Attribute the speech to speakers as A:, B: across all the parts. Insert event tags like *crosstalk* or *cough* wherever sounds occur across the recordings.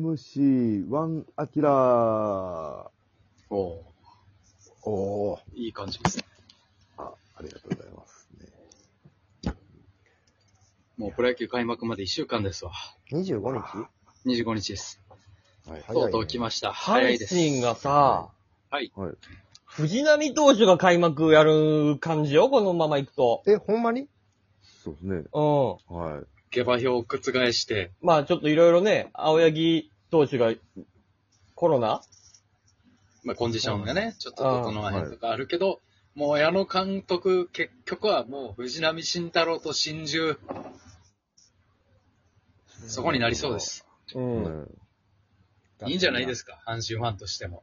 A: 4MC1 アキラー。
B: おお
A: おー、
B: いい感じですね。
A: あ、ありがとうございますね。
B: もうプロ野球開幕まで1週間ですわ。
C: 25日
B: 25日です。
A: はい。
C: 早い
B: と
C: ね
B: うとう来ました。早い
D: 阪
B: です。
D: 神がさ、
A: はい。
D: 藤浪投手が開幕やる感じよ、このまま行くと。
C: え、ほんまに
A: そうですね。
D: う
A: はい。
B: 下馬評を覆して、
D: ん。まあちょっといろいろね、青柳投手がコロナ
B: まあ、コンディションがね、ちょっと整わへんとかあるけど、もう矢野監督、結局はもう藤浪晋太郎と新獣、そこになりそうです。
D: うん。
A: はい
B: いいんじゃないですか、阪神ファンとしても。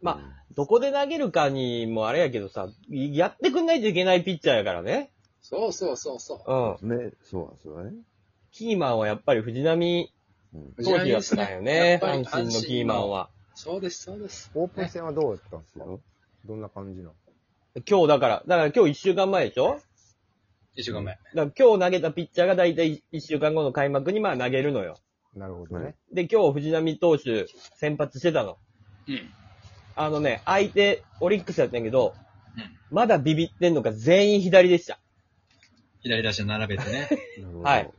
D: まどこで投げるかにもあれやけどさ、いやってくんないといけないピッチャーやからね。
B: そうそうそうそう。
D: うん。
A: ね、そうなんですよね。
D: キーマンはやっぱり藤浪
A: うん。
D: 投手やったんよね。阪神のキーマン。は。
B: そうです、そうです。
C: オープン戦はどうやったんですか
A: そう
C: どんな感じなの
D: 今日だから、だから今日1週間前でしょ
B: 一ごめん。
D: だから今日投げたピッチャーがだいたい1週間後の開幕にまあ投げるのよ。
C: なるほどね。
D: で、今日藤浪投手先発してたの。
B: うん。
D: あのね、相手、オリックスやったんやけど、まだビビってんのか全員左
A: *laughs*
D: でした。
B: 左出し並べてね。
A: なるほど
D: はい。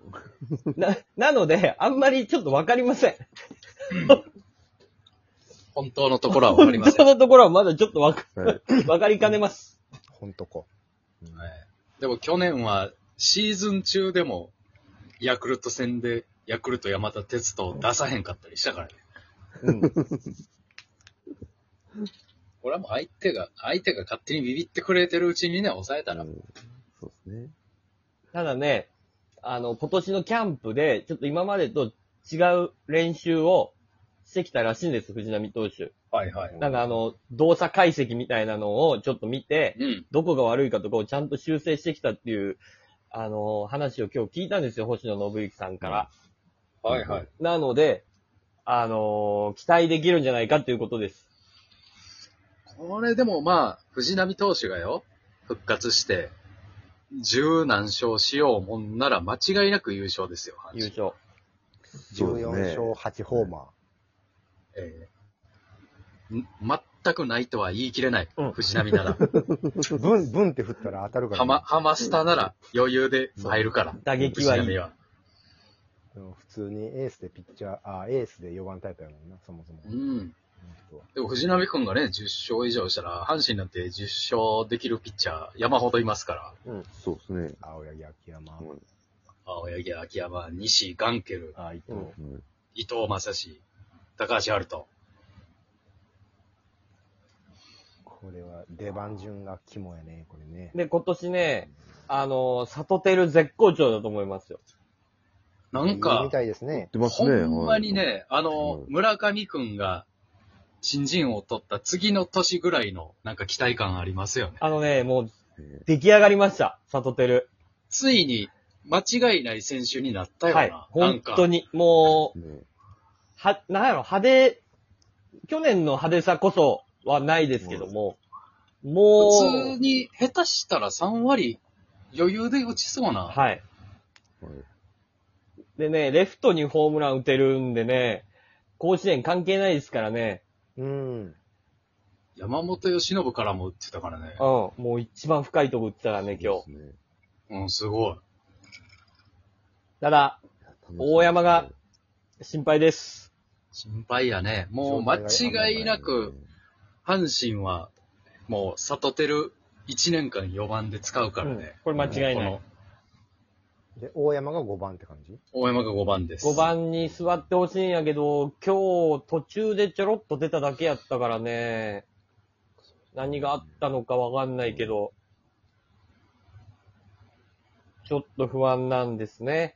D: な、なので、あんまりちょっとわかりません。
B: 本当のと *laughs* ころは分かりません。
D: 本当のところはまだちょっとわか
A: はい。
D: *laughs* わかりかねます。
C: ほんとこ。
B: はいでも去年はシーズン中でもヤクルト戦でヤクルト山田哲人を出さへんかったりしたからね。
D: うん。
B: これはもう相手が、相手が勝手にビビってくれてるうちにね、抑えた
A: う
B: ら。
A: んそうですね。
D: ただね、あの、今年のキャンプで、ちょっと今までと違う練習をしてきたらしいんです、藤浪投手。
B: はいはい。
D: なんかあの、動作解析みたいなのをちょっと見て、
B: うん。
D: どこが悪いかとかをちゃんと修正してきたっていう、あの、話を今日聞いたんですよ、星野信之さんから。
B: はいはい。
D: なので、あの期待できるんじゃないかっていうことです。
B: これでもまあ、藤浪投手がよ、復活して、十何勝しようもんなら間違いなく優勝ですよ、阪
D: 優
B: 神
D: 勝。
A: そうですね
C: 14勝8ホーマ
B: ええん全くないとは言い切れない。
D: うん
B: 藤浪なら。
C: ー。ブン、ブンって振ったら当たるから、
B: ハマ、ハマスタなら余裕で入るから。
D: 打撃はい
B: 藤浪
D: い。
B: は。
C: うん普通にエースでピッチャー、あ、エースで4番タイプやもんな、そもそも。
B: うん。
C: この人は
B: でも藤浪君がね、10勝以上したら、阪神なんて10勝できるピッチャー山ほどいますから。
A: そうですね。
C: 青柳、秋山、
A: うん
B: 青柳、秋山、西、ガンケル、
C: あ、伊藤、
D: うん
A: うん
B: 伊藤正史、高橋遥人。
C: これは出番順が肝やね、これね。
D: で、今年ね、あのサトテル絶好調だと思いますよ。
B: なん
C: いい
B: か
C: み、たいですね。
A: 出ます
B: ほ
A: ね。
B: んまにね、あの
A: う、ん
B: 村上君が新人王を取った次の年ぐらいの、なんか期待感ありますよね。
D: あのね、もう
A: はい。え
D: 出来上がりました、サトテル。
B: ついに、間違いない選手になったよな。
D: はい。
B: なん
D: 本
B: か
D: 当に、も
A: ー
D: う、
A: ね
D: は、なんやろ、派手、去年の派手さこそはないですけども、も
B: 普通
D: う、
B: に下手したら3割余裕で落ちそうな。
D: はい。
A: はい
D: でね、レフトにホームラン打てるんでね、甲子園関係ないですからね。
C: うん。
B: 山本由伸からも打ってたからね
D: うん。。もう一番深いとこ打ってたからね、
A: そ。
D: 今日
A: うですね
B: うん、すごい。
D: ただ、大山が、心配です。
B: 心配やね。もう間違いなく、阪神は、もう、サトテル1年間4番で使うからね。
D: うんこれ間違いない
B: もうこ
C: で、大山が5番って感じ
B: の大山が5番です。
D: 5。番に座ってほしいんやけど、今日途中でちょろっと出ただけやったからね、何があったのかわかんないけど、ちょっと不安なんですね。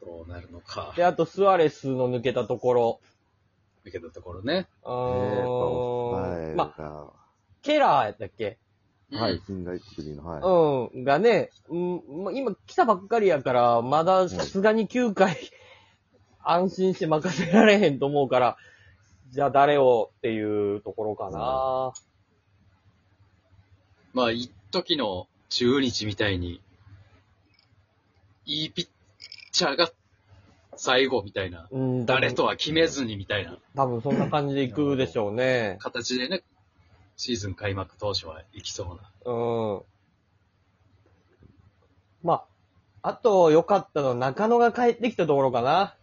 B: どうなるのか。
D: で、あとスアレスの抜けたところ、
B: だけどところね。
A: え
D: うー
A: ー
D: ん、
A: ま
D: まあ、
A: あ、
D: ケラーやったっけ
A: は
B: う
A: い
B: ん。、
A: 近代的の、はい。
D: うん、がね、うん、まあ今来たばっかりやから、まださすがに9回、安心して任せられへんと思うから、じゃあ誰をっていうところかな。
B: まあ、一時の中日みたいに、いいピッチャーが最後みたいな、
D: うん、
B: 誰とは決めずにみたいな
D: 多分そんな感じでいくでしょうね。
B: 形でね、シーズン開幕当初はいきそうな。
D: うん。まあ、あと良かったのは中野が帰ってきたところかな。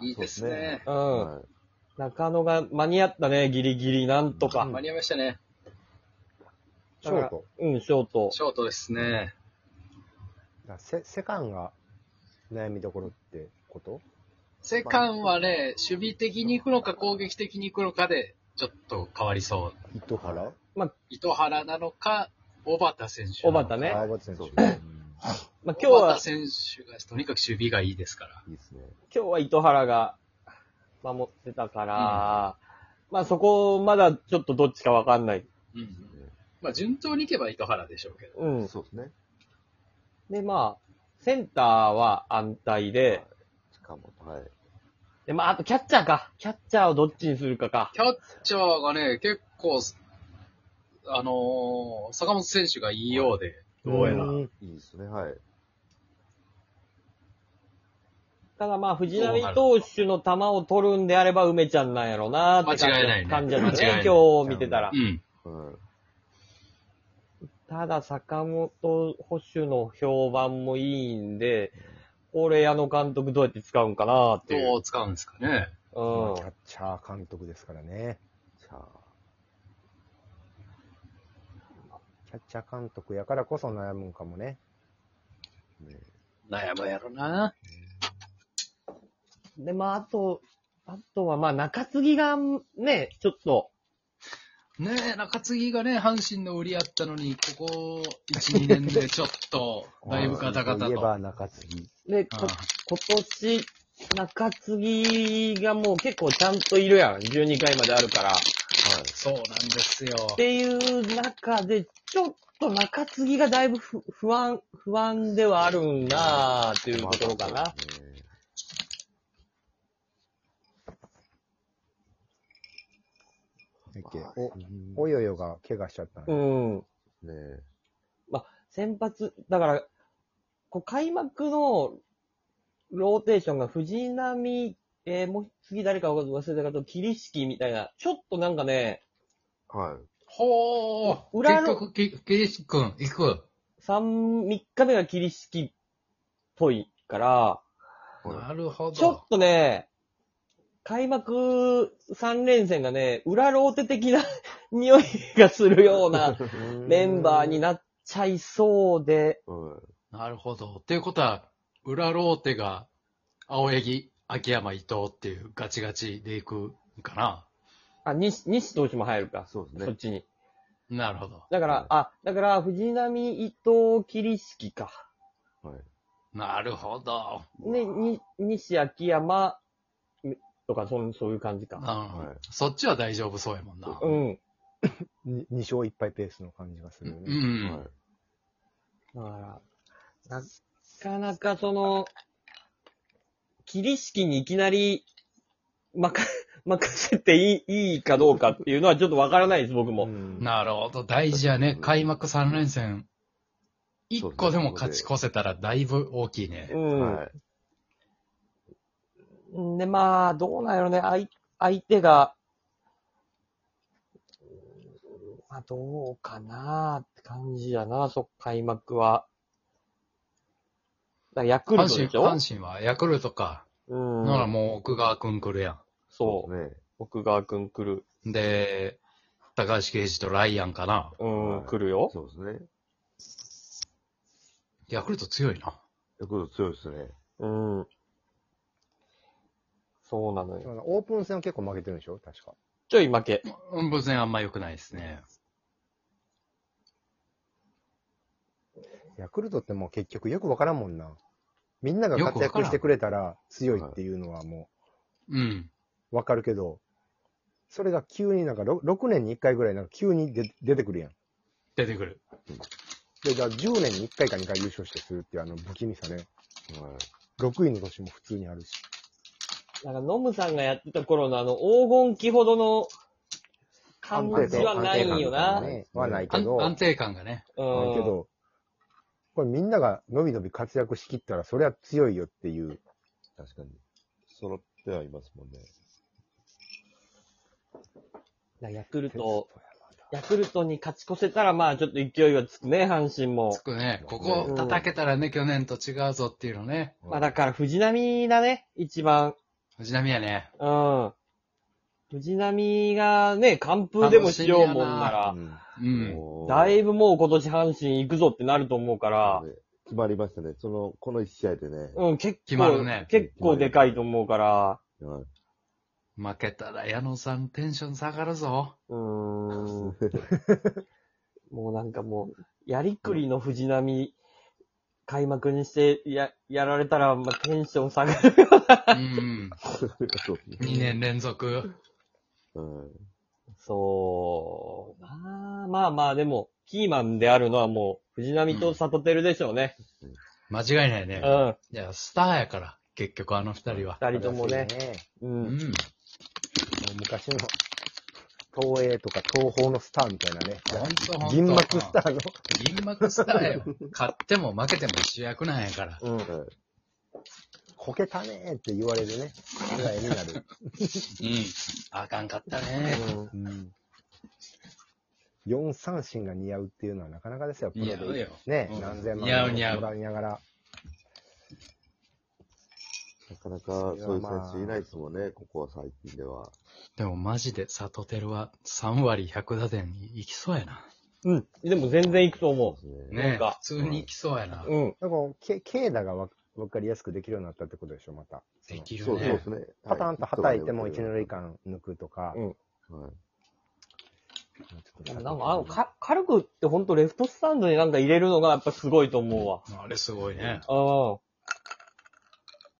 B: いいです
C: そうです
B: ね。
D: うん。
A: はい
D: 中野が間に合ったね、ギリギリ、なんとか。
B: 間に合いましたね。
C: ショート。
D: うん、ショート。
B: ショートですね。
C: だからセセカンが悩みどころってこと
B: セカンはね、守備的に行くのか攻撃的に行くのかで、ちょっと変わりそう。
C: 糸原
B: 糸原なのか、小畑選手
D: 小
B: なのか。
D: 畑ね。
C: 川端選手
A: そう。ですね。
D: ま
B: 今
D: あ、今日
B: 日
D: は
B: は。、選手がとにかく守備がいいですから。
A: いいですね。
D: 今日は糸原が守ってたから、まあそこ、まだちょっとどっちかわかんない。
B: うん。まあ、順当にいけば糸原でしょうけど。
D: うん。
A: そうですね。
D: で、まあ、センターは安泰で、
A: 近本、はい。
D: で、まあ、あとキャッチャーか。キャッチャーをどっちにするかか。
B: キャッチャーがね、結構、あのー坂本選手がいいようで、どうやら。
C: ん
A: いいですね、はい。
D: ただまあ、藤波投手の球を取るんであれば、梅ちゃんなんやろうなって感じ
B: 間違いないね
D: 感じだった
B: 間違いな
D: ね
B: い、
D: 今日見てたら
B: う。ん。
A: うん。
D: ただ、坂本捕手の評判もいいんで、これ矢野監督どうやって使うんかなっていう。
B: どう使うんですかね。
D: うん
C: キャッチャー監督ですからね。
A: じゃあ、
C: キャッチャー監督やからこそ悩むんかもね。
A: ね。
B: 悩むやろな。
D: で、まあ、あと、あとは、まあ、中継ぎが、ね、ちょっと、
B: ねえ、中継ぎがね、阪神の売りあったのに、ここ1、2年でちょっ *laughs* と、だいぶガタガタ
C: 言え
B: と。
C: ば中継ぎ。
D: で、こ今年、中継ぎがもう結構ちゃんといるやん。12回まであるから。っ
A: はい。
B: そうなんですよ。
D: ていう中で、ちょっと中継ぎがだいぶ不不安、不安ではあるんなあっていうところかな。
C: だっけ
A: まあ
C: お、
A: そう
C: およよが怪我しちゃったん
D: う
C: や
D: ん。
A: ですね。ね
D: 先発、だから、こう開幕のローテーションが藤波、えー、もう次誰か忘れたけど、桐敷みたいな、ちょっとなんかね、
A: は
B: ほー。
D: 裏の
B: 結局、きキリシ君、行く。
D: 三、三日目が霧式っぽいから、
A: い。は
B: なるほ
D: ちょっ
B: ど。
D: とね、開幕3連戦がね、裏ローテ的な *laughs* 匂いがするようなメンバーになっちゃいそうで、
A: い。うん。
B: なるほど。っていうことは、裏ローテが、青柳、秋山、伊藤っていうガチガチでいくんかな。
D: あ、西、西投手も入るか、
A: そうです
D: そっ
A: ね。
D: ちに。
B: なるほど。
A: う
D: だか
A: ん
D: ら、あ、だから、藤波、伊藤、桐敷か。
A: はい。
B: なるほど。
D: で、に、西、秋山、とか、そんそういう感じ
B: うん
D: か。
A: はい
B: そっちは大丈夫そうやもんな。
D: うん。
C: に2勝1敗ペースの感じがするよ
B: う
C: ね。
B: ん。
A: はい。
D: だから、なかなかその、霧式にいきなり、まか、 *laughs* 任せていい、いいかどうかっていうのはちょっとわからないです、僕も。
C: ん
B: なるほど。大事やね。開幕3連戦。一個でも勝ち越せたらだいぶ大きいね
D: う。ん。
A: はい。
D: で、まあ、どうなんやろね、相、相手が、うんまあ、どうかなって感じやな、そ、開幕は。だからヤクル
B: 阪
D: ト
B: 神、
D: でしょ
B: 阪神はヤクルトか。
D: うん。
B: ならもう奥川くん来るや
D: そう。
A: ね。
D: 奥川くん来る。
B: ん。で、高橋奎二とライアンかな。
D: うん、
A: はい
D: 来るよ。
A: そうですね。
B: ヤクルト強いな。
A: ヤクルト強いですね。
D: うん。そうなの
C: で
D: よ。
C: もオープン戦は結構負けてるんでしょ確か。
D: ちょい負け。
B: うん、無然あんま良くないですね。
C: ヤクルトってもう結局よくわからんもんな。みんなが活躍してくれたら強いっていうのはも
B: うん。
C: うわかるけど、それが急になんか 6, 年に1回ぐらいなんか急に出出てくるやん。
B: 出てくる。
C: で、だから10年に1回か2回優勝してするっていうあの不気味さね。
A: はい。
C: 6位の年も普通にあるし。
D: なんか、ノムさんがやってた頃のあの、黄金期ほどの感じはないよな。
C: ねはないけ
B: 安
C: ど。
B: 安定感がね。
D: う
C: あるけ
D: ん。
C: ど、これみんながのびのび活躍しきったら、そりゃ強いよっていう
A: 確かに。揃ってはいますもんね。
D: らヤクル
C: テスト
D: ト、ヤクルトに勝ち越せたら、まあ、ちょっと勢いはつくね、阪神も
B: つ。くね。ここ叩けたらね、去年と違うぞっていうのね。
D: まあ、だから藤波だね、一番。
B: 藤波やね。
D: うん。藤波がね、完封でもしようもんな
A: う
D: ら、
A: ん。
B: うん。
A: おー
D: だいぶもう今年阪神行くぞってなると思うから、
A: 決まりましたね。その、この1試合でね。
D: うん、結
B: 決ま
D: 構、
B: るね
D: 結構でかいと思うから、
A: はい *laughs*
B: 負けたら矢野さんテンション下がるぞ。
D: うーん、 *laughs* もうなんかもう、やりくりの藤波、開幕にして、や、やられたら、まあ、テンション下がる。
B: うん。
A: そう
B: 2年連続。
A: うん。
D: そう、なあまあまあ、でも、キーマンであるのはもう、藤波とサトテルでしょうね。
B: 間違いないうね。
D: ん、
B: いや、スターやから、結局あの二人は。
D: 二人ともね。
B: う
D: う。
B: んん。
C: もう昔の、東映とか東宝のスターみたいなね。
B: ほんとほんと。
C: 銀幕スターの。
B: 銀幕スターよ。勝っても負けても主役なんやから。
C: うん。
A: はい
C: こけたねーって言われるね。ぐらいになる。
B: うん。あかんかったね。
C: うん。4三振が似合うっていうのはなかなかですよ、プロ
B: 似合う
C: で。
B: よ。
C: ね
B: うん
C: 何千万
B: 似合う似合う
C: もらいながら。
A: なかなかそういう選手いないですもんね、ここは最近では。
B: でもマジで、サトテルは3割100打点いきそうやな。
D: うん。でも全然行くと思
A: そうですね。
B: ね
D: なんか
B: 普通にいきそうやな
D: う。。うん。
C: なんかこう、け軽打がわわかりやすくできるようになったってことでしょ、また。
B: できる
A: そうそうで
B: ね。
A: すね。
C: パターンと叩いても
A: 一
C: 一二塁間抜くとか。
D: うん
A: はい。
D: でもなんか、あの、か、軽くってほんとレフトスタンドになんか入れるのがやっぱすごいと思うわ。
B: あれすごいね。
D: う